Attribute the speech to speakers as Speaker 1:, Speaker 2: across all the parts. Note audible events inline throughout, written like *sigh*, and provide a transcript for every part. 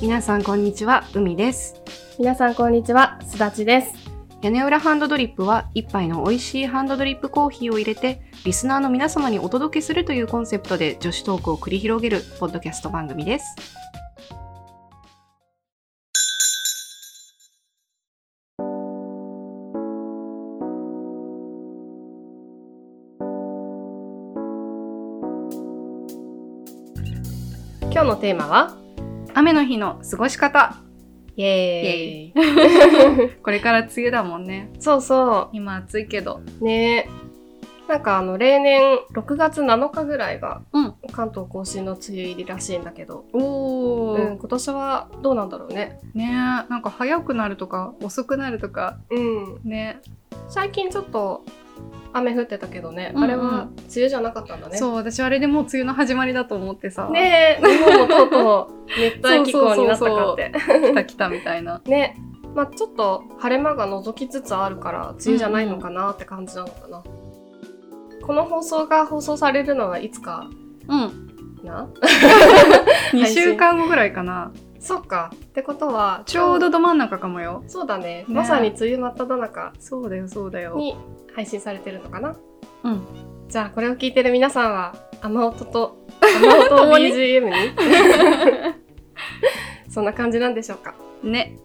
Speaker 1: 皆さんこんにちは、海です。
Speaker 2: 皆さんこんにちは、すだちです。
Speaker 1: 屋根裏ハンドドリップは一杯の美味しいハンドドリップコーヒーを入れてリスナーの皆様にお届けするというコンセプトで女子トークを繰り広げるポッドキャスト番組です。
Speaker 2: 今日のテーマは
Speaker 1: 雨の日の過ごし方。
Speaker 2: イエーイ。
Speaker 1: これから梅雨だもんね。
Speaker 2: そうそ
Speaker 1: 今暑いけど。
Speaker 2: う。ねなんかあの、例年6月7日ぐらいが、
Speaker 1: うん
Speaker 2: 関東甲信の梅雨入りらしいんだけど、
Speaker 1: お
Speaker 2: うん、今年はどうなんだろうね。
Speaker 1: ねえ、なんか早くなるとか遅くなるとか
Speaker 2: うん。
Speaker 1: ね。
Speaker 2: 最近ちょっと雨降ってたけどね、
Speaker 1: うんうん
Speaker 2: あれは梅雨じゃなかったんだね。
Speaker 1: そう、私あれでもう梅雨の始まりだと思ってさ。。
Speaker 2: ねえ、日本もとうとう熱帯気候になったかって。
Speaker 1: 来た来たみたいな。
Speaker 2: ね、まあちょっと晴れ間が覗きつつあるから梅雨じゃないのかなって感じなのかな、この放送が放送されるのはいつか
Speaker 1: うん。
Speaker 2: な
Speaker 1: 2週間後ぐらいかな。
Speaker 2: そっかってことは
Speaker 1: ちょうどど真ん中かもよ。
Speaker 2: そうだね
Speaker 1: ね
Speaker 2: まさに梅雨真っ只中
Speaker 1: そうだよ、そうだよ。
Speaker 2: に配信されてるのかな
Speaker 1: うん
Speaker 2: じゃあこれを聞いてる皆さんは雨音と雨音を
Speaker 1: *laughs* 共に
Speaker 2: BGM に *laughs* そんな感じなんでしょうか
Speaker 1: ね。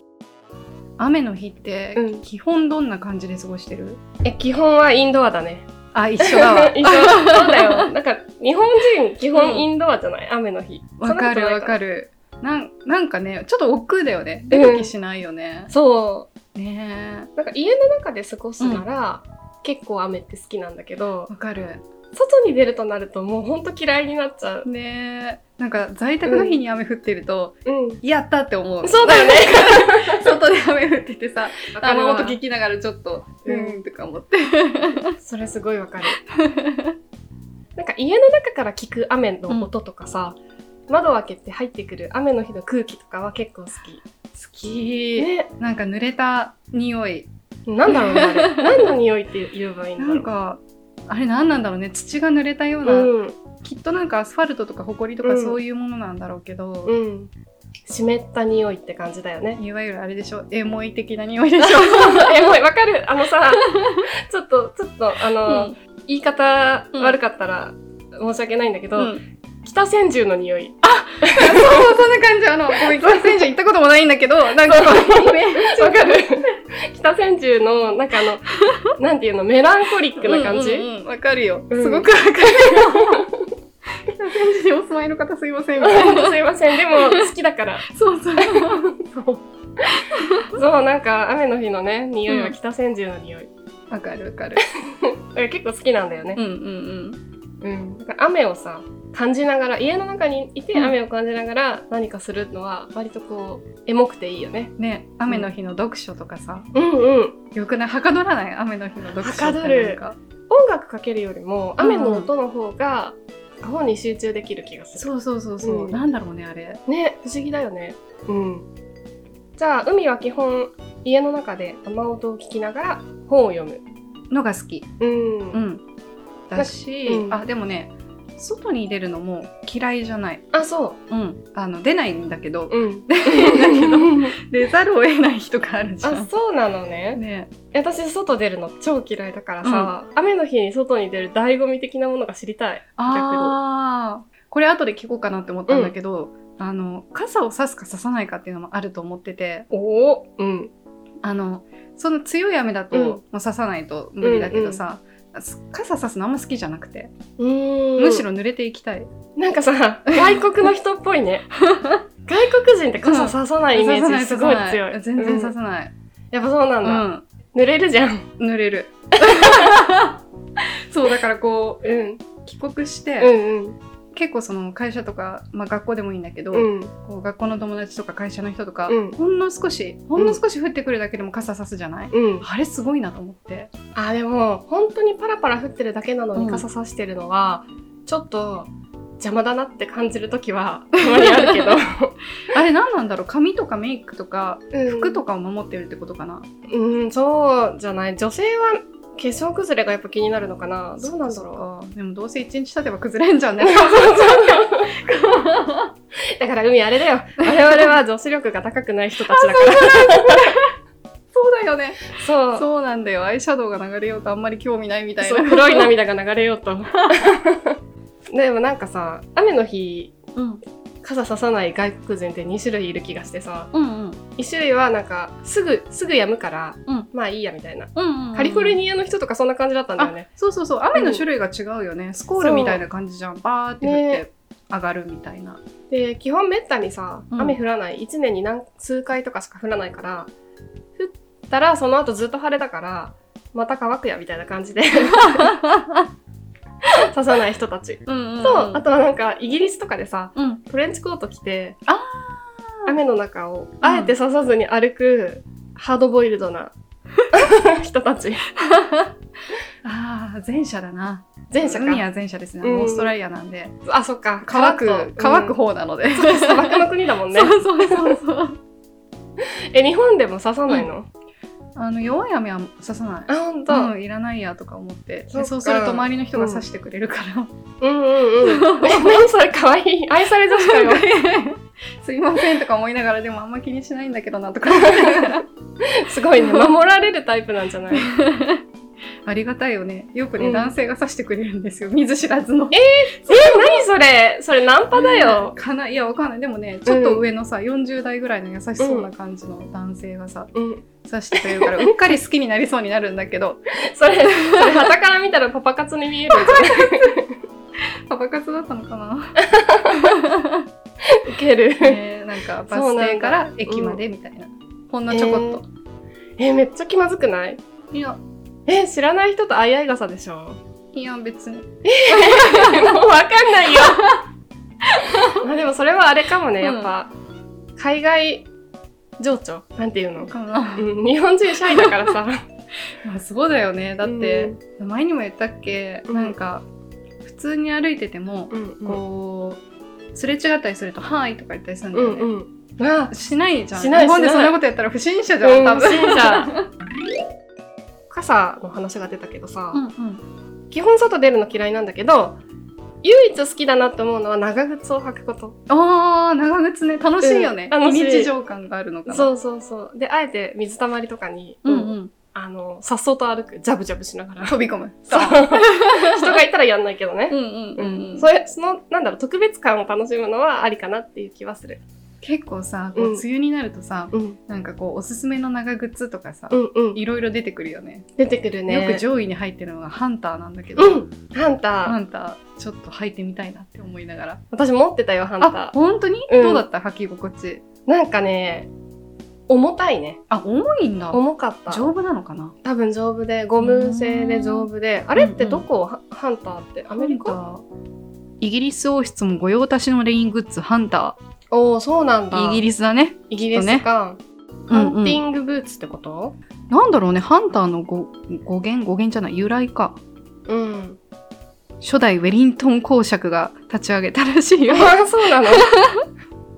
Speaker 1: 雨の日って
Speaker 2: うん
Speaker 1: 基本どんな感じで過ごしてる、
Speaker 2: え基本はインドアだね
Speaker 1: あ、一緒だ
Speaker 2: *laughs*
Speaker 1: わ。
Speaker 2: 一緒そうだよ。なんか、日本人、基
Speaker 1: う
Speaker 2: 本
Speaker 1: ん
Speaker 2: インドアじゃない、雨の日。
Speaker 1: わかるわか
Speaker 2: る。
Speaker 1: る。なんなんかね、ちょっと億劫だよね。出る気しないよね。
Speaker 2: そ
Speaker 1: ね
Speaker 2: う。なんか、家の中で過ごすなら、結構雨って好きなんだけど
Speaker 1: え。、わかる。
Speaker 2: 外に出るとなると、もうほんと嫌いになっちゃう。
Speaker 1: ねえ。なんか在宅の日に雨降ってると、
Speaker 2: うん。
Speaker 1: やったって思う。
Speaker 2: そうだよね。
Speaker 1: *laughs* 外で雨降っててさ、あの音
Speaker 2: *laughs* わ
Speaker 1: 聞きながらちょっと、う
Speaker 2: うん
Speaker 1: ーんとか思って。
Speaker 2: それすごいわかる。 *laughs* なんか、家の中から聞く雨の音とかさ、窓を開けて入ってくる雨の日の空気とかは結構好き。
Speaker 1: 好き。
Speaker 2: え、
Speaker 1: なんか濡れた匂い。
Speaker 2: なんだろうね、あ *laughs* れ。何の匂いって言えばいいんだろ
Speaker 1: な
Speaker 2: う。
Speaker 1: んか、あれ何なんだろうね。土が濡れたような、
Speaker 2: うん。
Speaker 1: きっとなんかアスファルトとか埃とか
Speaker 2: うん
Speaker 1: そういうものなんだろうけど、
Speaker 2: うん。湿った匂いって感じだ
Speaker 1: *laughs*
Speaker 2: よね。
Speaker 1: いわゆるあれでしょ、エモい的な匂いでしょ。
Speaker 2: え、もうわかるあのさ、 *laughs* ちょっと、ちょっと、あの、
Speaker 1: うん
Speaker 2: 言い方悪かったら申し訳ないんだけど、
Speaker 1: うん
Speaker 2: 北千住の匂い。
Speaker 1: そうそう、そんな感じ。あの、ごめん、北千住行ったこともないんだけど、なんかこう、イメージ
Speaker 2: わかる北千住の、なんかあの、なんていうの、メランコリックな感じ、
Speaker 1: うんうんうんわかるよ。
Speaker 2: うん
Speaker 1: すごくわかるよ。 *laughs* 北千住にお住まいの方すいません。みたいな
Speaker 2: すいません、でも好きだから。
Speaker 1: そうそう。
Speaker 2: そう、なんか雨の日のね、匂いは北千住の匂い。
Speaker 1: わかるわかる。
Speaker 2: だから結構好きなんだよね
Speaker 1: う。んうん
Speaker 2: うん。だから雨をさ、感じながら、家の中にいて
Speaker 1: うん
Speaker 2: 雨を感じながら何かするのは、割とこう、エモくていいよね。
Speaker 1: うん。ね、雨の日の読書とかさ、
Speaker 2: うんうん。
Speaker 1: よくないはかどらない雨の日の読書って
Speaker 2: はかどる
Speaker 1: なんか
Speaker 2: 音楽かけるよりも雨の音の方が本に集中できる気がする、
Speaker 1: そうそうそうそう。
Speaker 2: うん
Speaker 1: なんだろうね、あれ。
Speaker 2: ね不思議だよねうんじゃあ海は基本家の中で雨音を聞きながら本を読む
Speaker 1: のが好き。
Speaker 2: うん、
Speaker 1: うん、だし、
Speaker 2: うん
Speaker 1: あでもね外に出るのも嫌いじゃない、
Speaker 2: あそ
Speaker 1: うん、あの出ないん *laughs* だけど
Speaker 2: ううん
Speaker 1: 出ないんだけど出ざるを得ない日とかあるじゃ
Speaker 2: *laughs* あ
Speaker 1: ん。
Speaker 2: そうなのね
Speaker 1: ね、
Speaker 2: 私外出るの超嫌いだからさ、雨の日に外に出る醍醐味的なものが知りたい
Speaker 1: あーこれ後で聞こうかなって思ったんだけど、あの傘を差すか差さないかっていうのもあると思ってて
Speaker 2: おおうん
Speaker 1: あのその強い雨だと、
Speaker 2: うん
Speaker 1: もう差さないと無理だけどさ、傘差すのあんま好きじゃなくて、む
Speaker 2: む
Speaker 1: しろ濡れていきたい
Speaker 2: なんかさ外国の人っぽ
Speaker 1: *laughs*
Speaker 2: いね外国人って傘ささないイメ
Speaker 1: 刺さ
Speaker 2: ー
Speaker 1: な
Speaker 2: ジす
Speaker 1: 刺
Speaker 2: ごい
Speaker 1: さな
Speaker 2: 強い
Speaker 1: 全然
Speaker 2: さ
Speaker 1: 差さない、
Speaker 2: やっぱそうなん
Speaker 1: う
Speaker 2: だ、
Speaker 1: ん、
Speaker 2: 濡れるじゃん。
Speaker 1: 濡れ
Speaker 2: *laughs*
Speaker 1: るそうだからこ
Speaker 2: うん。
Speaker 1: う帰国し
Speaker 2: う
Speaker 1: て、
Speaker 2: ん
Speaker 1: 結構その会社とか、まあ、学校でもいいんだけど、
Speaker 2: うん。うん。
Speaker 1: こう学校の友達とか会社の人とか、
Speaker 2: うん
Speaker 1: ほんの少しほんの少し降ってくるだけでも傘さすじゃない、
Speaker 2: うん。
Speaker 1: あれすごいなと思って
Speaker 2: あ、でも、本当にパラパラ降ってるだけなの
Speaker 1: うん
Speaker 2: に傘さしてるのは、ちょっと邪魔だなって感じるときは、たまにあるけど。
Speaker 1: あれ何なんだろう髪とかメイクとか *laughs* 服と
Speaker 2: か。
Speaker 1: かを守ってるってことかな、
Speaker 2: うん、そうじゃない。女性は化粧崩れがやっぱ気になるのかな。どうなんだろ
Speaker 1: うでもどうせ一日経てば崩れんじゃんね
Speaker 2: う。だから海あれ
Speaker 1: *laughs*
Speaker 2: だよ。我々は女子力が高くない人たちだから。
Speaker 1: そうだよね。
Speaker 2: そう。そう
Speaker 1: そうなんだよ。アイシャドウが流れようとあんまり興味ないみたいな。
Speaker 2: 黒い涙が流れようと。でもなんかさ、雨の日、
Speaker 1: うん。
Speaker 2: 傘ささない外国人って2種類いる気がしてさ、
Speaker 1: うんうん。
Speaker 2: 1種類はなんか、すぐ、すぐやむから、
Speaker 1: うん
Speaker 2: まあいいやみたいな。
Speaker 1: うん、
Speaker 2: カリフォル
Speaker 1: ニ
Speaker 2: ニアの人とかそんな感じだったんだよね。
Speaker 1: そうそうそう。雨の種類が違うよね。スコールみたいな感じじゃん。バーって降っ
Speaker 2: ね
Speaker 1: て上がるみたいな。
Speaker 2: で基本めったにさ
Speaker 1: うん
Speaker 2: 雨降らない、一1年に何数回とかしか降らないから降ったらその後ずっと晴れだからまた乾くやみたいな
Speaker 1: *laughs*
Speaker 2: 感じで刺さない人たち、
Speaker 1: うんうん、
Speaker 2: とあとはなんかイギリスとかでさ
Speaker 1: うん。
Speaker 2: トレンチコート着て
Speaker 1: あ
Speaker 2: 雨の中をあえて刺さずに歩く、ハードボイル
Speaker 1: *laughs*
Speaker 2: ドな人たち
Speaker 1: ああ、前者だな。
Speaker 2: 前者か
Speaker 1: 海は前者ですね。
Speaker 2: うん
Speaker 1: オーストラリアなんで。
Speaker 2: あそっか
Speaker 1: 乾
Speaker 2: カラッ
Speaker 1: く、
Speaker 2: と
Speaker 1: 乾
Speaker 2: う
Speaker 1: く
Speaker 2: ん
Speaker 1: 方なので。
Speaker 2: 砂漠の国だもん
Speaker 1: *laughs*
Speaker 2: ね
Speaker 1: そうそうそうそう。
Speaker 2: え日本でも刺さないの、
Speaker 1: あの、弱い雨は刺さない。
Speaker 2: あほんと、
Speaker 1: うん、いらないやとか思ってで
Speaker 2: そっ
Speaker 1: そう
Speaker 2: か
Speaker 1: すると周りの人が刺してくれるから、
Speaker 2: うん *laughs* うんうん。何それ可愛い愛され女子かよ。
Speaker 1: *laughs* すいませんとか思いながらでもあんま気にしないんだけどなとか思いなが
Speaker 2: *laughs*
Speaker 1: ら
Speaker 2: *laughs* すごいね。守られるタイプなんじゃない
Speaker 1: ありがたいよねよくね、
Speaker 2: うん
Speaker 1: 男性が刺してくれるんですよ見ず知らずのえ
Speaker 2: 何それそれナンパだよ。
Speaker 1: かないやわかんないでもねちょっと上のさ、40代ぐらいの優しそうな感じの男性がさ
Speaker 2: うん。
Speaker 1: 刺してくれるからうっかり好きになりそうになるんだけ
Speaker 2: *laughs*
Speaker 1: ど
Speaker 2: それ、それ、旗から見たらパパ活に見えるんじ
Speaker 1: パパ活だったのか
Speaker 2: *laughs*
Speaker 1: な、
Speaker 2: ゃん。ウケる。
Speaker 1: えー、なんかバス停から駅までみたいな、ほんのちょこっと、
Speaker 2: え、めっちゃ気まずくない
Speaker 1: いや
Speaker 2: え、知らない人と相合い傘でし *laughs* ょ
Speaker 1: いや別に
Speaker 2: もうわかんないよ。 *laughs* まあでもそれはあれかもね。
Speaker 1: うん
Speaker 2: やっぱ、海外情緒なんていうの
Speaker 1: かな
Speaker 2: うん、日本人シャイだからさ。 *laughs*
Speaker 1: まあそうだよねだって、前にも言ったっけ、
Speaker 2: うん
Speaker 1: なんか普通に歩いてても、
Speaker 2: うんうん。
Speaker 1: こうすれ違ったりすると「はい」とか言ったりするんだ
Speaker 2: う
Speaker 1: よ
Speaker 2: ん
Speaker 1: ね、
Speaker 2: うん。あ
Speaker 1: しないじゃん
Speaker 2: しない
Speaker 1: 日本で
Speaker 2: し
Speaker 1: そ
Speaker 2: な
Speaker 1: ん
Speaker 2: い
Speaker 1: なことやったら不審
Speaker 2: *laughs*
Speaker 1: 者じゃん、
Speaker 2: うん、
Speaker 1: 多分
Speaker 2: 不審者 *laughs* 傘の話が出たけどさ、
Speaker 1: うんうん
Speaker 2: 基本外出るの嫌いなんだけど唯一好きだなと思うのは長靴を履くこと
Speaker 1: あー長靴ね楽しいよね、
Speaker 2: うん楽しい
Speaker 1: 非日常感があるのかなう、
Speaker 2: そうそうそうであえて水たまりとかに、
Speaker 1: んうん、
Speaker 2: あのさっそうと歩くジャブジャブしながら
Speaker 1: 飛び込む
Speaker 2: そう
Speaker 1: う
Speaker 2: *laughs* 人がいたらやんないけどね、
Speaker 1: んうんうんうん
Speaker 2: そういうそのなんだろう特別感を楽しむのはありかなっていう気はする、
Speaker 1: 結構さこう
Speaker 2: うん
Speaker 1: 梅雨になるとさ、
Speaker 2: うん、
Speaker 1: なんかこうおすすめの長靴とかさ、
Speaker 2: うんうん
Speaker 1: いろいろ出てくるよね
Speaker 2: 出てくるね
Speaker 1: よく上位に入ってるのがハンターなんだけど、
Speaker 2: うんハンター、
Speaker 1: ハンターちょっと履いてみたいなって思いながら
Speaker 2: 私持ってたよハンタ
Speaker 1: あ
Speaker 2: ー
Speaker 1: 本当に、
Speaker 2: うん
Speaker 1: どうだった履き心地
Speaker 2: なんかね重たいね
Speaker 1: あ重いんだ
Speaker 2: 重かった
Speaker 1: 丈夫なのかな
Speaker 2: 多分丈夫でゴム製で丈夫であれってどこ、ハハンターってアメリカ
Speaker 1: ハンターイギリス王室も御用達のレイングッズハンタ
Speaker 2: おおそうなんだ
Speaker 1: ーイギ
Speaker 2: リ
Speaker 1: リスだね
Speaker 2: イギリスか、
Speaker 1: う
Speaker 2: ハ
Speaker 1: んうん
Speaker 2: ンティングブーツってこと
Speaker 1: なんだろうねハンターの語語源語源じゃない由来か *laughs*
Speaker 2: うん
Speaker 1: 初代ウェリントン公爵が立ち上げたらしいよ
Speaker 2: あそうなの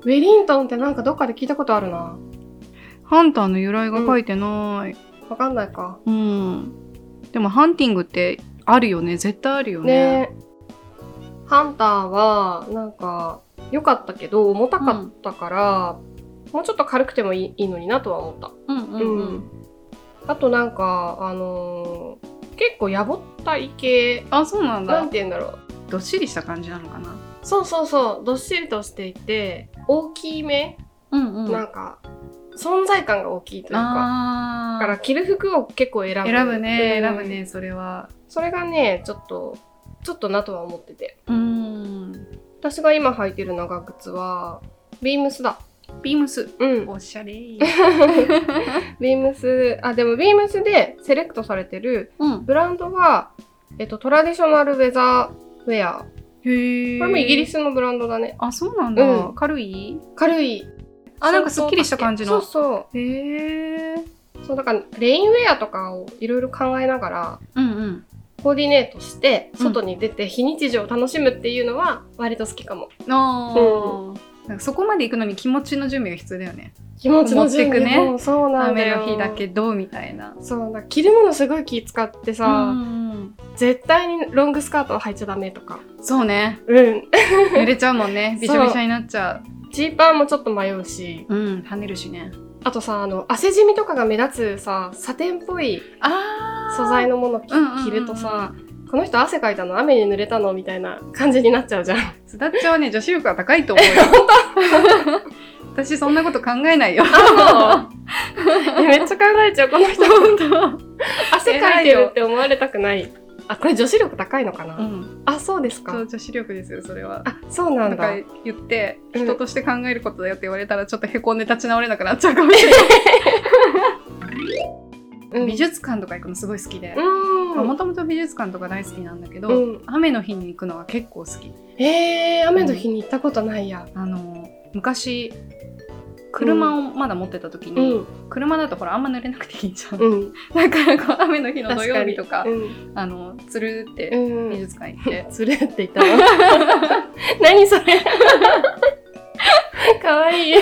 Speaker 2: ウェリントンってなんかどっかで聞いたことあるな
Speaker 1: ハンターの由来が書いてない
Speaker 2: わかんないか
Speaker 1: うん、でもハンティングってあるよね絶対あるよね
Speaker 2: ねハンターはなんか良かったけど重たかったから、もうちょっと軽くてもいいいいのになとは思った
Speaker 1: うんう
Speaker 2: うんあとなんかあのー結構やぼったい系
Speaker 1: あそうなん
Speaker 2: な
Speaker 1: だ
Speaker 2: んて言うんだろう
Speaker 1: どっしりした感じなのかな
Speaker 2: そうそうそうどっしりとしていて大きめ、
Speaker 1: うんう
Speaker 2: なんか存在感が大きいというか
Speaker 1: あ
Speaker 2: だ
Speaker 1: あ
Speaker 2: から着る服を結構選ぶ
Speaker 1: 選ぶね、
Speaker 2: うん
Speaker 1: 選ぶねそれは
Speaker 2: それがねちょっとちょっとなとは思ってて
Speaker 1: うん
Speaker 2: 私が今履いてる長靴はビームスだ
Speaker 1: ビームス
Speaker 2: うん
Speaker 1: おしゃれー
Speaker 2: ビームスあでもビームスでセレクトされてる
Speaker 1: うん
Speaker 2: ブランドはえっとトラディショナルウェザーウェアこ
Speaker 1: へえ
Speaker 2: れもイギリスのブランドだね
Speaker 1: あそうなんだ、
Speaker 2: う
Speaker 1: 軽い
Speaker 2: 軽い
Speaker 1: あなんかすっきりした感じの
Speaker 2: そうそう
Speaker 1: へえ
Speaker 2: そうだからレインウェアとかをいろいろ考えながら
Speaker 1: うんうん
Speaker 2: コーディネートして
Speaker 1: うん
Speaker 2: 外に出て非日常を楽しむっていうのは割と好きかも、
Speaker 1: あーなんかそこまで行くのに気持ちの準備が必要だよね
Speaker 2: 気持ちの準
Speaker 1: 持ってく
Speaker 2: 備
Speaker 1: ね
Speaker 2: もそうなんだ
Speaker 1: 雨
Speaker 2: よ
Speaker 1: の日だけどみたいな
Speaker 2: そうだ着るものすごい気使ってさ、
Speaker 1: ん
Speaker 2: 絶対にロングスカートは履いちゃダメとか。
Speaker 1: そう
Speaker 2: *laughs*
Speaker 1: ね。
Speaker 2: うん。
Speaker 1: 濡れちゃうもんね。びしょびしょになっちゃ
Speaker 2: ジーパンもちょっと迷うし、
Speaker 1: う。うん、跳ねるしね。
Speaker 2: あとさ、あの、汗じみとかが目立つさ、サテンっぽい
Speaker 1: あ
Speaker 2: 素材
Speaker 1: の。
Speaker 2: のもの
Speaker 1: うんうんうんうん
Speaker 2: 着るとさ、この人汗かいたの雨に濡れたのみたいな感じになっちゃうじゃん。
Speaker 1: すだっちゃんはね、女子力は高いと思
Speaker 2: *laughs*
Speaker 1: うよ。 *laughs* 私そんなこと考えないよ。
Speaker 2: *laughs* えめっちゃ考えちゃう、この人。
Speaker 1: 本
Speaker 2: 汗かいてるって思われたくない。あ、これ女子力高いのかな、
Speaker 1: 当。うん。
Speaker 2: あ、そうですか。
Speaker 1: そう女子力ですよ、それは。
Speaker 2: あ、そうな
Speaker 1: なん
Speaker 2: ん
Speaker 1: か
Speaker 2: だ。
Speaker 1: 言って、
Speaker 2: うん
Speaker 1: 人として考えることだよって言われたら、ちょっとへこんで立ち直れなくなっちゃうかもしれない。
Speaker 2: うん
Speaker 1: 美術館とか行くのすごい好きで
Speaker 2: う。ん。
Speaker 1: もともと美術館とか大好きなんだけど、
Speaker 2: うん
Speaker 1: 雨の日に行くのは結構好き。
Speaker 2: えー、雨の日に行ったことないや。
Speaker 1: あの昔車をまだ持ってた時に、。車だとほらあんま濡れなくていいじゃん、
Speaker 2: うん。
Speaker 1: *laughs* だからこう雨の日の土
Speaker 2: 確か
Speaker 1: 曜
Speaker 2: に。
Speaker 1: 日とか
Speaker 2: うん。
Speaker 1: あのつるっ
Speaker 2: う
Speaker 1: て
Speaker 2: ん
Speaker 1: 美術館行っ
Speaker 2: *laughs*
Speaker 1: て、
Speaker 2: つるって言ったの *laughs* 何それかわいい。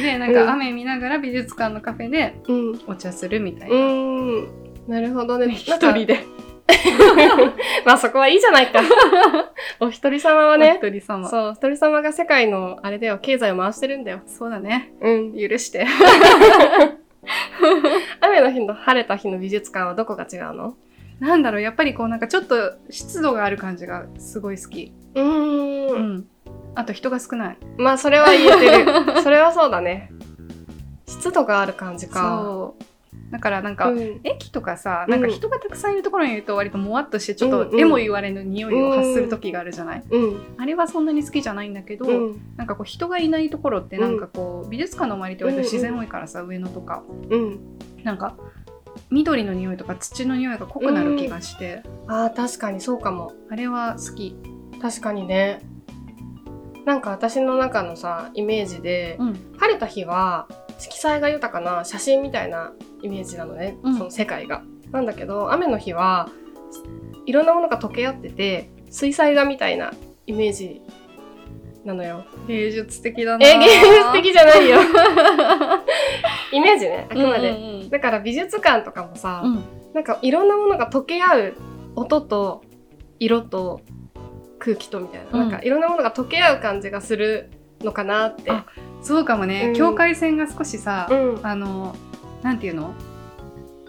Speaker 1: でなん
Speaker 2: うん
Speaker 1: か雨見ながら美術館のカフェで
Speaker 2: うん。う
Speaker 1: お茶するみたいな、
Speaker 2: ーん。なるほどね。
Speaker 1: 一
Speaker 2: なん
Speaker 1: 人
Speaker 2: か。
Speaker 1: で、
Speaker 2: まあそこはいいじゃない *laughs* か。お一人様はね。
Speaker 1: お一人様そう
Speaker 2: そう、お一人様が世界の、あれだよ、経済を回してるんだよ。
Speaker 1: だね
Speaker 2: うん。
Speaker 1: 許して
Speaker 2: 雨の日の晴れた日の美術館はどこが違うの
Speaker 1: なんだろうやっぱりこうなんかちょっと湿度がある感じがすごい好き
Speaker 2: う
Speaker 1: う
Speaker 2: ーん。
Speaker 1: んあと人が少ない
Speaker 2: まあそれは言えて *laughs* る。それはそうだね。湿度がある感じか。
Speaker 1: そうだからなんか、
Speaker 2: うん
Speaker 1: 駅とかさ
Speaker 2: うん
Speaker 1: なんか人がたくさんいるところにいると割ともわっとしてち
Speaker 2: う
Speaker 1: ょっ
Speaker 2: んう
Speaker 1: と
Speaker 2: ん
Speaker 1: えも言われぬ匂いを発する時があるじゃない、
Speaker 2: うん
Speaker 1: あれはそんなに好きじゃないんだけど、
Speaker 2: うん
Speaker 1: なんかこう人がいないところってなんかこう美術館の周りって割と自然多いからさ、上野とか
Speaker 2: うん
Speaker 1: なんか緑の匂いとか土の匂いが濃くなる気がして、
Speaker 2: あー確かにそうかも
Speaker 1: あれは好き、
Speaker 2: 確かにねなんか私の中のさイメージで、
Speaker 1: うん、
Speaker 2: 晴れた日は色彩が豊かな写真みたいなイメージなのね、
Speaker 1: うん
Speaker 2: その世界がなんだけど雨の日はいろんなものが溶け合ってて水彩画みたいなイメージなのよ
Speaker 1: 芸術的だな
Speaker 2: え芸術的じゃな
Speaker 1: *laughs*
Speaker 2: いよイメージねあくまで、
Speaker 1: うんうんうん
Speaker 2: だから美術館とかもさ、
Speaker 1: うん
Speaker 2: なんかいろんなものが溶け合う音と色と空気とみたいな、
Speaker 1: うん
Speaker 2: なんかいろんなものが溶け合う感じがするのかなって。
Speaker 1: あそうかもね、
Speaker 2: うん
Speaker 1: 境界線が少しさ、
Speaker 2: うん、
Speaker 1: あのなんていうの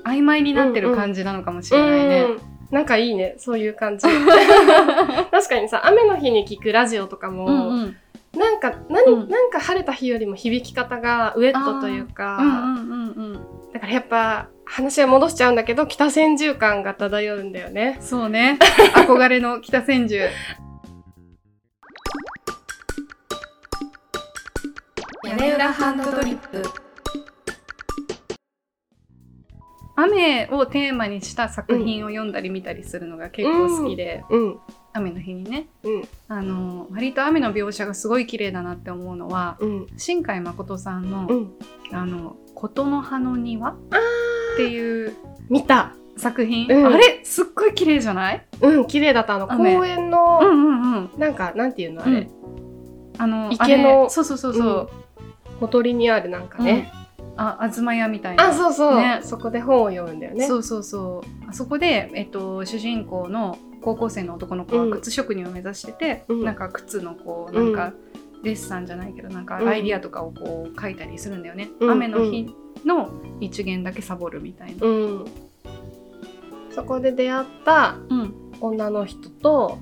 Speaker 1: 曖昧になってる感じなのかもしれないね、
Speaker 2: うんなんかいいね、そうい
Speaker 1: *laughs*
Speaker 2: う感じ。 *laughs* 確かにさ、雨の日に聞くラジオとかも、
Speaker 1: うんうん
Speaker 2: なんか、何、
Speaker 1: うん
Speaker 2: なんか晴れた日よりも響き方がウェットというか、
Speaker 1: うんうんうんうん
Speaker 2: だからやっぱ話は戻しちゃうんだけど、北千住感が漂うんだよね。
Speaker 1: そうね憧れの北千住屋根裏ハンドドリップ雨をテーマにした作品を読んだり見たりするのが結構好きで、
Speaker 2: うん、
Speaker 1: 雨の日にね
Speaker 2: うん、
Speaker 1: あの割と雨の描写がすごい綺麗だなって思うのは
Speaker 2: うん、
Speaker 1: 新海誠さんの
Speaker 2: うん。
Speaker 1: 「あの琴の葉の庭」っていう
Speaker 2: 見た。
Speaker 1: 作品、
Speaker 2: うん
Speaker 1: あれすっごい綺麗じゃない、
Speaker 2: うん、綺麗だった。あの、
Speaker 1: 雨
Speaker 2: 公園の、
Speaker 1: うんうんうん、
Speaker 2: なんか、なんていうのあれ、
Speaker 1: あの
Speaker 2: 池の
Speaker 1: あれそうそうそうそう、
Speaker 2: ほとりにあるなんかね。
Speaker 1: うんあ東屋みたいな
Speaker 2: あ、そうそう、
Speaker 1: ね
Speaker 2: そこで本を読むんだよね。
Speaker 1: そうそうそうあそこで、えっと、主人公の高校生の男の子
Speaker 2: うん
Speaker 1: は靴職人を目指してて、
Speaker 2: うん
Speaker 1: なんか靴のこう
Speaker 2: う
Speaker 1: なんんかデッサンじゃないけどなんか
Speaker 2: うん
Speaker 1: アイディアとかをこう書いたりするんだよね、
Speaker 2: うん
Speaker 1: 雨の日の一元だけサボるみたいな、
Speaker 2: うん。そこで出会った
Speaker 1: うん
Speaker 2: 女の人と、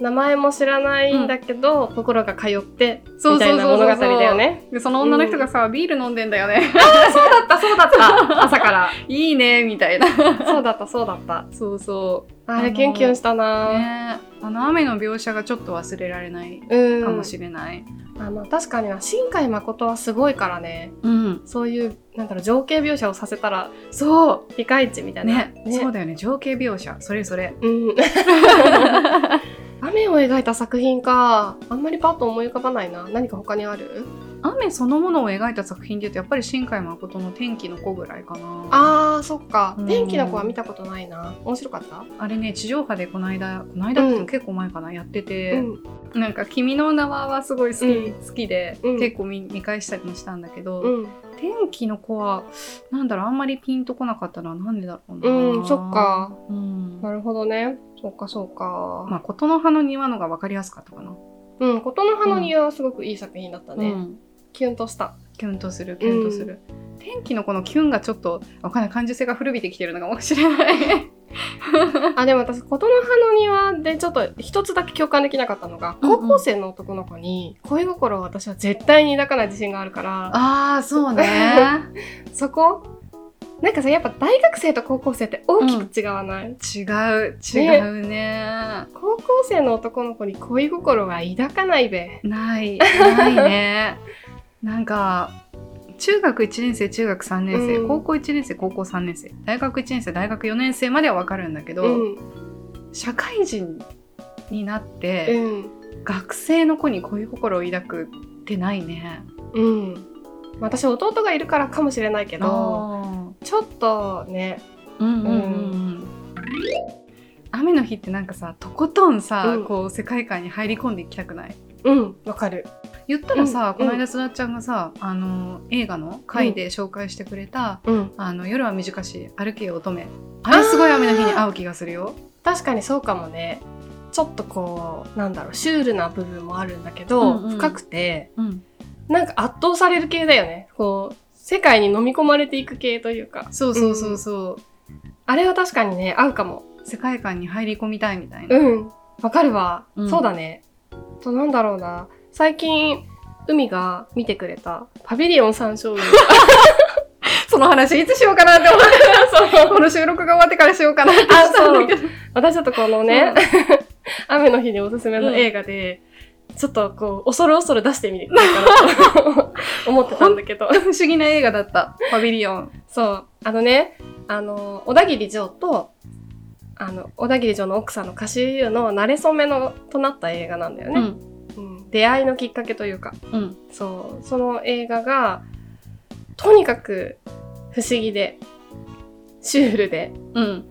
Speaker 2: 名前も知らないんだけど、心が通って、みたいな物語だよね。
Speaker 1: でその女の人がさ、ビール飲んでんだよね *laughs*
Speaker 2: そうだった、そうだ *laughs* った。朝から。
Speaker 1: いいねみたいな
Speaker 2: そうだった、そうだった。
Speaker 1: そうそ
Speaker 2: あれ、キュンキュンした
Speaker 1: う
Speaker 2: な、
Speaker 1: ねあの雨の描写がちょっと忘れられない
Speaker 2: うん。
Speaker 1: かもしれない、
Speaker 2: あまあ、確かにな、新海誠はすごいからね、
Speaker 1: うん、
Speaker 2: そういう、なんだろう、情景描写をさせたら、
Speaker 1: そう
Speaker 2: ピカイチみたいな。
Speaker 1: ねそうだよね情景描写それそれ
Speaker 2: うん、 *laughs* 雨を描いた作品かあんまりパッと思い浮かばないな何か他にある
Speaker 1: 雨そのものを描いた作品でいうとやっぱり新海誠の「天気の子」ぐらいかな
Speaker 2: あーそっか
Speaker 1: うん
Speaker 2: 天気の子は見たことないな面白かった
Speaker 1: あれね地上波でこの間この間って言っても結構前かな、やってて、
Speaker 2: ん
Speaker 1: なんか「君の名は」はすごい好き,、
Speaker 2: う
Speaker 1: 好きで、
Speaker 2: うん
Speaker 1: 結構見見返したりもしたんだけど、
Speaker 2: うん
Speaker 1: 天気の子はなんだろうあんまりピンとこなかったのはなんでだろうな
Speaker 2: うん、そっか。
Speaker 1: うん
Speaker 2: なるほどね。そうか、そうか。
Speaker 1: まあ琴の葉の庭のが分かりやすかったかな
Speaker 2: うん、琴の葉の庭はすごくいい作品だったね。
Speaker 1: うん
Speaker 2: キュンとした。
Speaker 1: キュンとするキュンとする、天気のこのキュンがちょっとわかんない感受性が古びてきてるのかもしれない
Speaker 2: あ、でも私、琴の葉の庭でちょっと一つだけ共感できなかったのが、
Speaker 1: うんうん
Speaker 2: 高校生の男の子に恋心を私は絶対に抱かない自 *laughs* 信があるから、
Speaker 1: ああそうね
Speaker 2: そこなんかさ、やっぱ大学生と高校生って大きく違わない、
Speaker 1: 違う違うね
Speaker 2: 高校生の男の子に恋心は抱かないべ。
Speaker 1: ないないねなんか中学1年生中学3年生、
Speaker 2: うん
Speaker 1: 高校1年生高校3年生大学1年生大学4年生までは分かるんだけど、
Speaker 2: うん。
Speaker 1: 社会人になっ
Speaker 2: う
Speaker 1: て、
Speaker 2: ん。
Speaker 1: 学生の子に恋心を抱くってないね。
Speaker 2: うん。私、弟がいるからかもしれないけど、
Speaker 1: あ
Speaker 2: ちょっとね、
Speaker 1: うんうんうんうん雨の日ってなんかさとことんさ、
Speaker 2: うん
Speaker 1: こう世界観に入り込んでいきたくない
Speaker 2: うん、わかる。
Speaker 1: 言ったらさ、
Speaker 2: う
Speaker 1: こ
Speaker 2: ん
Speaker 1: の間すなっちゃんがさあの映画の回で紹介してくれた、
Speaker 2: うん。
Speaker 1: あの夜は短し歩けよ乙女あれすごい雨の日に合う気がするよ。
Speaker 2: 確かにそうかもね。ちょっとこう、なんだろう、シュールな部分もあるんだけど、
Speaker 1: うんうん
Speaker 2: 深くて、
Speaker 1: うん、
Speaker 2: なんか圧倒される系だよね。こう、世界に飲み込まれていく系というか。
Speaker 1: そうそうそうそう、
Speaker 2: あれは確かにね、合うかも。
Speaker 1: 世界観に入り込みたいみたいな。
Speaker 2: うん。わかるわ、
Speaker 1: うん
Speaker 2: そうだね。あと、なんだろうな。最近、海が見てくれた、パビリオン
Speaker 1: *laughs*
Speaker 2: 三章雲。
Speaker 1: その話いつしようかなって思って *laughs* この収録が終わってからしようかなって
Speaker 2: *laughs* あ
Speaker 1: したんだけど。
Speaker 2: 私ちょっとこのね、 *laughs* 雨の日におすすめの映画で、ちょっとこう、恐る恐る出してみるかなと *laughs* 思ってたんだけど。
Speaker 1: *laughs*
Speaker 2: *laughs*
Speaker 1: 不思議な映画だった。パビリオン。
Speaker 2: そう。あのね、あの、小田切城と、あの、小田切城の奥さんの歌手優の馴れ初めのとなった映画なんだよね、
Speaker 1: ん。
Speaker 2: うん出会いのきっかけというか。
Speaker 1: うん。
Speaker 2: そう。その映画が、とにかく不思議で、シュールで、
Speaker 1: うん。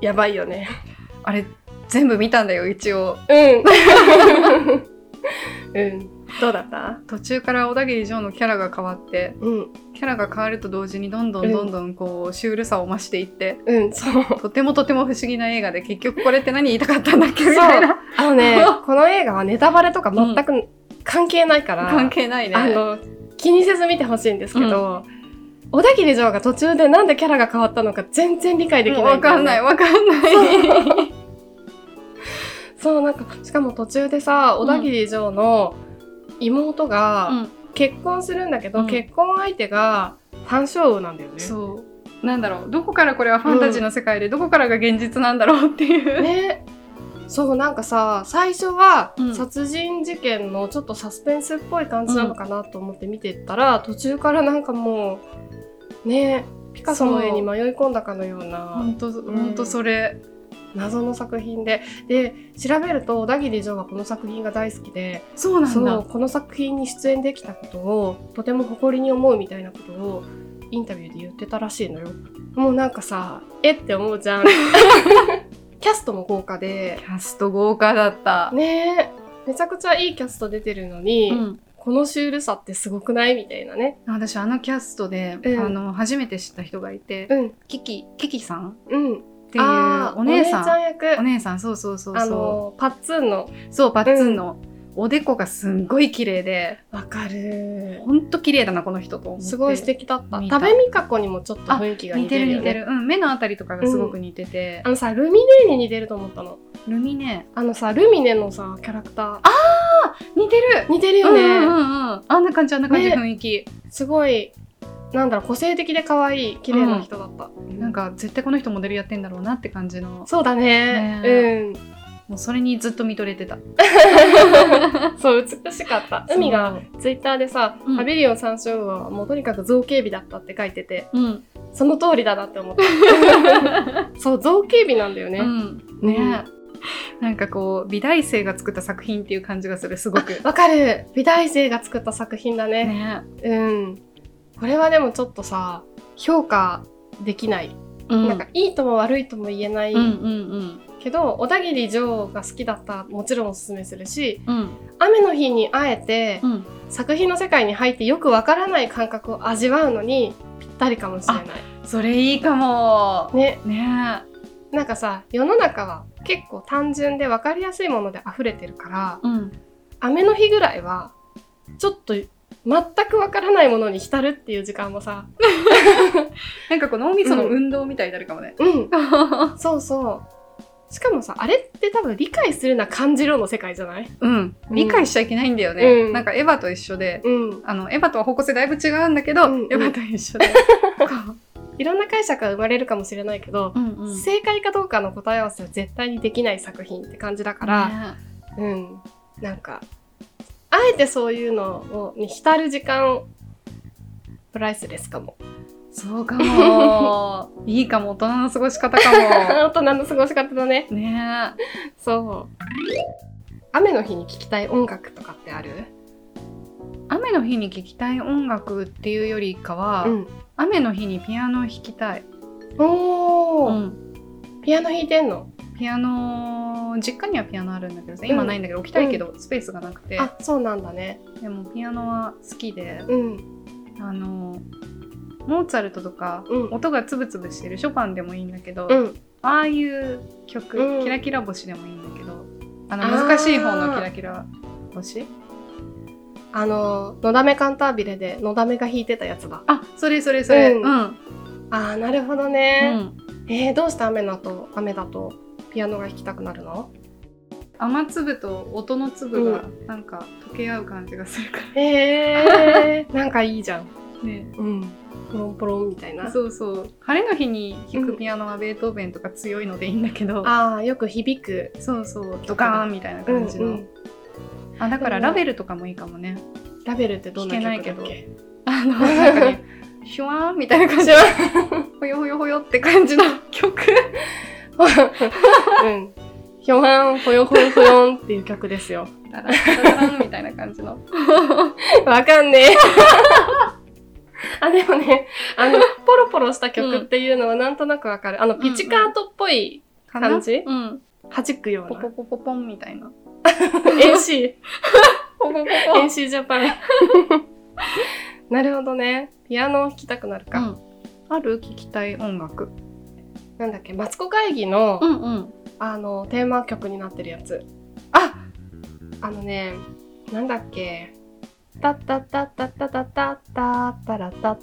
Speaker 2: やばいよね。
Speaker 1: あれ、全部見たんだよ、一応。
Speaker 2: うん。
Speaker 1: *laughs*
Speaker 2: うん。どうだった
Speaker 1: 途中から小田切城のキャラが変わって、
Speaker 2: うん。
Speaker 1: キャラが変わると同時にどんどんどんどんこう、シュールさを増していって、
Speaker 2: うん、
Speaker 1: *laughs*
Speaker 2: そう。
Speaker 1: とてもとても不思議な映画で、結局これって何言いたかったんだっけみたいな。
Speaker 2: あのね、この映画はネタバレとか全く関係ないから、
Speaker 1: *laughs* 関係ないね。
Speaker 2: あの、気にせず見てほしいんですけど、小田切城が途中でなんでキャラが変わったのか全然理解できない
Speaker 1: わかんない、
Speaker 2: い。
Speaker 1: わかんない。
Speaker 2: そう、なんか、しかも途中でさ、小田切城の妹が結婚するんだけど、
Speaker 1: うん
Speaker 2: 結婚相手が単勝雲なんだよね。
Speaker 1: そう。なんだろう、どこからこれはファンタジーの世界で、どこからが現実なんだろうっていう。
Speaker 2: ね。そう、なんかさ、最初は
Speaker 1: うん
Speaker 2: 殺人事件のちょっとサスペンスっぽい感じなのかなと思って見てったら、途中からなんかもう、ね、ピカソの絵に迷い込んだかのような。
Speaker 1: 本当本当それ。
Speaker 2: 謎の作品でで調べると小田切城はこの作品が大好きで
Speaker 1: そうな
Speaker 2: そ
Speaker 1: ん
Speaker 2: の
Speaker 1: だ。
Speaker 2: この作品に出演できたことをとても誇りに思うみたいなことをインタビューで言ってたらしいのよもうなんかさえって思うじゃ
Speaker 1: *laughs*
Speaker 2: んキャストも豪華で
Speaker 1: キャスト豪華だった。
Speaker 2: ねえめちゃくちゃいいキャスト出てるのに、
Speaker 1: うん
Speaker 2: このシュールさってすごくないみたいなね
Speaker 1: 私あのキャストで、
Speaker 2: うん
Speaker 1: あの初めて知った人がいて、
Speaker 2: うん
Speaker 1: キキキキさんっ
Speaker 2: うん
Speaker 1: ていう
Speaker 2: あー
Speaker 1: お姉さ
Speaker 2: お姉ちゃん
Speaker 1: ん
Speaker 2: 役
Speaker 1: お姉さんそうそうそう
Speaker 2: あ
Speaker 1: そ
Speaker 2: のパッツンの
Speaker 1: うそうパッツンの、おでこがすんごい綺麗で
Speaker 2: わかる
Speaker 1: ほんと綺麗だなこの人と思って
Speaker 2: すごい素敵だった。
Speaker 1: 見
Speaker 2: 多
Speaker 1: た
Speaker 2: 部未華子にもちょっと雰囲気が
Speaker 1: 似
Speaker 2: 似
Speaker 1: て
Speaker 2: て
Speaker 1: る
Speaker 2: る
Speaker 1: 似
Speaker 2: よ
Speaker 1: て
Speaker 2: ね。
Speaker 1: る、うん、目のあたりとかがすごく似てて
Speaker 2: あ、のさ、ルミネに似てると思ったの。
Speaker 1: ルミネ
Speaker 2: あのさ、ルミネのさ、キャラクター。
Speaker 1: 似てる
Speaker 2: 似てるよ
Speaker 1: うんう
Speaker 2: ね、
Speaker 1: んうんうんあんな感じあんな感じ、
Speaker 2: ね
Speaker 1: 雰囲気
Speaker 2: すごい、なんだろう、個性的で可愛い、綺麗な人だった。
Speaker 1: なん、か絶対この人モデルやってんだろうなって感じの
Speaker 2: そうだね。
Speaker 1: ねもうそれにずっと見とれてた
Speaker 2: うん。そう、美しかった。海が、ツイッターでさ、
Speaker 1: うん
Speaker 2: パビリオン山椒魚はもうとにかく造形美だったって書いてて、
Speaker 1: そううん
Speaker 2: その通りだなって思った。 *laughs* そう、造形美なんだよね。
Speaker 1: うん、ね、なんかこう美大生が作った作品っていう感じがするすごく
Speaker 2: わかる美大生が作った作品だね。
Speaker 1: *laughs* ね
Speaker 2: うん。これはでもちょっとさ、評価できない。
Speaker 1: うん
Speaker 2: なんか、いいとも悪いとも言えない、
Speaker 1: うんうん
Speaker 2: けど、小田切城が好きだったらもちろんおすすめするし、
Speaker 1: うんうん
Speaker 2: 雨の日にあえて、
Speaker 1: うん
Speaker 2: 作品の世界に入ってよくわからない感覚を味わうのにぴったりかもしれない。
Speaker 1: それいいかも
Speaker 2: ね、
Speaker 1: ねえ
Speaker 2: なんかさ世の中は結構単純でわかりやすいもので溢れてるから
Speaker 1: うん
Speaker 2: 雨の日ぐらいはちょっと全くわからないものに浸るっていう時間もさ
Speaker 1: なんかこう脳みその運動みたいになるかもね、 *laughs*
Speaker 2: うんそうそうしかもさあれって多分理解するな感じろの世界じゃない
Speaker 1: うん、理解しちゃいけないんだよね、
Speaker 2: うん
Speaker 1: なんかエヴァと一緒で、
Speaker 2: うん
Speaker 1: あのエヴァとは方向性だいぶ違うんだけど、
Speaker 2: うんうん
Speaker 1: エヴァと一緒 *laughs* で、こ
Speaker 2: いろんな解釈が生まれるかもしれないけど
Speaker 1: う、うんうん
Speaker 2: 正解かどうかの答え合わせは絶対にできない作品って感じだから、
Speaker 1: ら、
Speaker 2: うん、なんかあえてそういうのをに浸る時間プライスレスかも
Speaker 1: そうかも *laughs* いいかも大人の過ごし方か
Speaker 2: *laughs* 大人の過ごし方だね
Speaker 1: *laughs* もねえ
Speaker 2: そう雨の日に聴きたい音楽とかってある
Speaker 1: 雨の日に聴きたい音楽っていうよりかは、
Speaker 2: うん
Speaker 1: 雨の日にピアノ弾きたい、
Speaker 2: おー、
Speaker 1: うん
Speaker 2: ピアノ弾いてんの
Speaker 1: ピアノ実家にはピアノあるんだけどさ
Speaker 2: ん
Speaker 1: 今ないんだけど置きたいけど、スペースがなくて
Speaker 2: あそうなんだね
Speaker 1: でもピアノは好きで
Speaker 2: うん
Speaker 1: あのモーツァルトとか、
Speaker 2: うん
Speaker 1: 音がつぶつぶしてるショパンでもいいんだけど、
Speaker 2: うん
Speaker 1: ああいう曲、
Speaker 2: うん
Speaker 1: キラキラ星でもいいんだけどあの
Speaker 2: あー
Speaker 1: 難しい方のキラキラ星
Speaker 2: あののだめカンタービレでのだめが弾いてたやつだ
Speaker 1: あそれそれそれう、
Speaker 2: うんん
Speaker 1: うん
Speaker 2: あーなるほどね、えーどうして雨だと雨だとピアノが弾きたくなるの
Speaker 1: 雨粒と音の粒がなんか溶け合う感じがするか
Speaker 2: え *laughs* ー、なんかいいじゃん
Speaker 1: らね、
Speaker 2: うん、ポロンポロンみたいな。
Speaker 1: そうそう晴れの日に弾くピアノはベートーベンとか強いのでいいんだけど、
Speaker 2: ああ、よく響く
Speaker 1: そうそうドカーンみたいな感じの、
Speaker 2: うんうん
Speaker 1: あだから
Speaker 2: うん
Speaker 1: ラベルとかもいいかもね
Speaker 2: ラベルってどんな曲だっけ
Speaker 1: 弾けないあの *laughs* なんかねシュワーンみたいな感じ
Speaker 2: シュワ
Speaker 1: ほよほよほよって感じの曲
Speaker 2: うん。ひょはん、ほよほよほよんっていう曲ですよ。
Speaker 1: タラッタラッタランみたいな感じの
Speaker 2: わかんねえ。あ、でもね、あの、ポロポロした曲っていうのはなんとなくわかる。あの、ピチカートっぽい
Speaker 1: かな
Speaker 2: 感じ
Speaker 1: うん
Speaker 2: 弾くよ
Speaker 1: ポ
Speaker 2: う
Speaker 1: ポポポポンみたいな
Speaker 2: な。AC、
Speaker 1: *laughs* ポポポポン
Speaker 2: AC ジャパン。なるほどね。ピアノを弾きたくなるか。
Speaker 1: うんある聞きたい音楽
Speaker 2: なんだっけ、マツコ会議の、
Speaker 1: んうん
Speaker 2: あの、テーマ曲になってるやつ。
Speaker 1: あ
Speaker 2: あのね、なんだっけ。タッタッタッタッタッタッタッタッタラタッ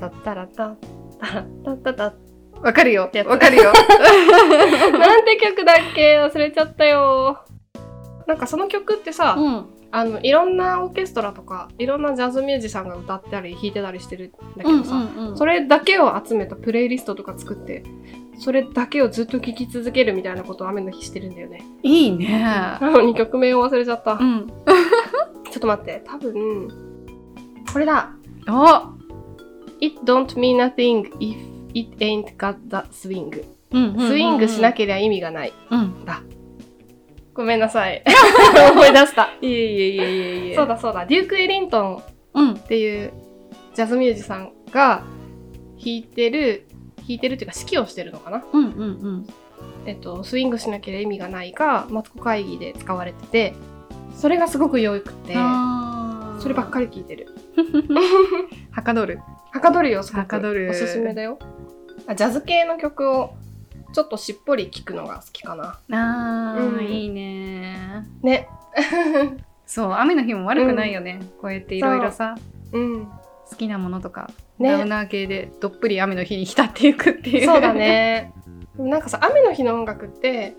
Speaker 2: タッタラタッタラタッタッタッ
Speaker 1: わかるよ
Speaker 2: やつ
Speaker 1: わかるよ
Speaker 2: なんて曲だっけ忘れちゃったよ。なんかその曲ってさ、
Speaker 1: うん
Speaker 2: あのいろんなオーケストラとかいろんなジャズミュージシャンが歌ったり弾いてたりしてるんだけどさ、そ
Speaker 1: れ
Speaker 2: れだけを集めたプレイリストとか作ってそれだけをずっと聴き続けるみたいなことを雨の日してるんだよね
Speaker 1: いいね
Speaker 2: なのに曲名を忘れちゃった、
Speaker 1: うん
Speaker 2: ちょっと待って、多分、これだ。
Speaker 1: あ
Speaker 2: It don't mean nothing if it ain't got the swing.
Speaker 1: うん
Speaker 2: スイングしな
Speaker 1: き
Speaker 2: けりゃ意味がない。
Speaker 1: ゃうん
Speaker 2: ごめんなさい。思い出した。
Speaker 1: いえいえいえいえいえ
Speaker 2: そうだそうだ。デューク・エリントンっ
Speaker 1: うん
Speaker 2: ていうジャズミュージシャンが弾いてる、弾いてるっていうか指揮をしてるのかな。
Speaker 1: うんうんうん
Speaker 2: えっと、スイングしなけりゃ意味がないが、マツコ会議で使われてて、それがすごく良くて、
Speaker 1: あー
Speaker 2: そればっかり聴いてる。
Speaker 1: はかどる
Speaker 2: はかどるよすごく
Speaker 1: はかどる
Speaker 2: おすすめだよあジャズ系の曲をちょっとしっぽり聴くのが好きかな
Speaker 1: あー、
Speaker 2: うん
Speaker 1: いいね *laughs*
Speaker 2: ね
Speaker 1: そう雨の日も悪くないよね、こうやっていろいろさ
Speaker 2: うん
Speaker 1: 好きなものとか、ダウ
Speaker 2: ね
Speaker 1: ナー系でどっぷり雨の日に浸っていくっていう
Speaker 2: そうだねでもなんかさ雨の日の音楽って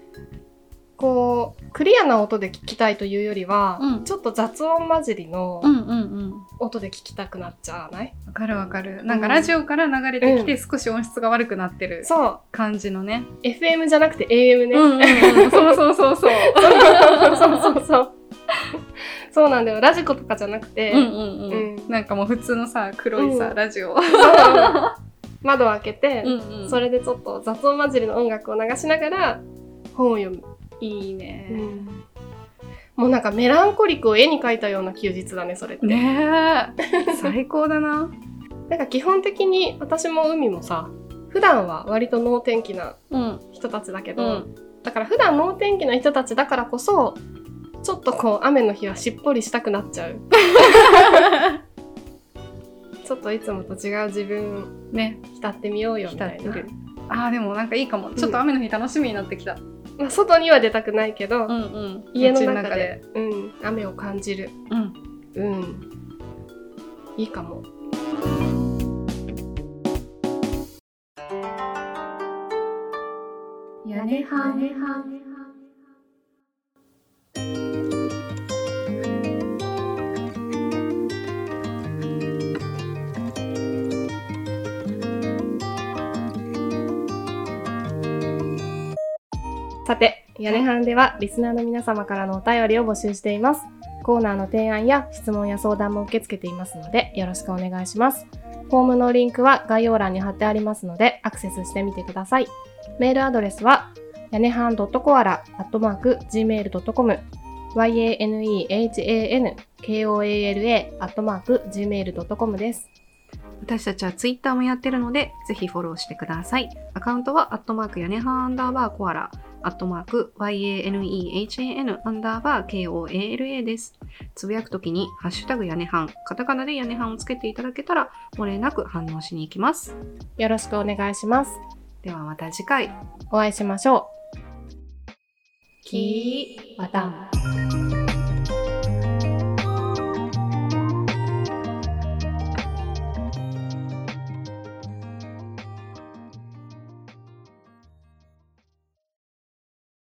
Speaker 2: こうクリアな音で聴きたいというよりは、
Speaker 1: うん
Speaker 2: ちょっと雑音混じりの
Speaker 1: *laughs* うんうんうん
Speaker 2: 音で聴きたくなっちゃわない、
Speaker 1: わかるわかるなんかラジオから流れてきて少し音質が悪くなってる
Speaker 2: そう
Speaker 1: 感じのね、
Speaker 2: FM じゃなくて AM ね、
Speaker 1: うんうんうん *laughs* そうそうそうそう
Speaker 2: *laughs* そうそうそうそうなんだよラジコとかじゃなくて、
Speaker 1: うんうんうん、
Speaker 2: うん
Speaker 1: なんかもう普通のさ黒いさ、
Speaker 2: うん
Speaker 1: ラジオ
Speaker 2: 窓を開けて、
Speaker 1: うん
Speaker 2: そ
Speaker 1: れ
Speaker 2: れでちょっと雑音混じりの音楽を流しながら本を読む、
Speaker 1: いいね、
Speaker 2: もうなんかメランコリックを絵に描いたような休日だねそれって、
Speaker 1: ね *laughs* え最高だな
Speaker 2: なんか基本的に私も海もさ普段は割と能天気な
Speaker 1: うん
Speaker 2: 人たちだけ
Speaker 1: う
Speaker 2: ど、
Speaker 1: ん
Speaker 2: だから普段能天
Speaker 1: *laughs*
Speaker 2: 気な人たちだからこそちょっとこう雨の日はしっぽりしたくなっちゃうちょっといつもと違う自分
Speaker 1: ね
Speaker 2: 浸ってみようよみたい
Speaker 1: 浸
Speaker 2: な
Speaker 1: ってるあーでもなんかいいかもちょっと雨の日楽しみになってきた、
Speaker 2: まあ、外には出たくないけど、
Speaker 1: んうん
Speaker 2: 家の中でうん、雨を感じる
Speaker 1: うん
Speaker 2: うんいいかも
Speaker 1: 屋根はねは
Speaker 2: さて、屋根班ではリスナーの皆様からのお便りを募集しています。コーナーの提案や質問や相談も受け付けていますので、よろしくお願いします。フォームのリンクは概要欄に貼ってありますので、アクセスしてみてください。メールアドレスは、屋根班 .koala.gmail.com yanehankoala.gmail.com です。
Speaker 1: 私たちはツイッターもやってるので、ぜひフォローしてください。アカウントは、アットマーク屋根半アンダーバーコアラ、アットマーク YANEHAN アンダーバー KOALA です。つぶやくときに、ハッシュタグ屋根半、カタカナで屋根半をつけていただけたら、漏れなく反応しに行きます。
Speaker 2: よろしくお願いします。
Speaker 1: ではまた次回。
Speaker 2: お会いしましょう。
Speaker 1: キー
Speaker 2: また。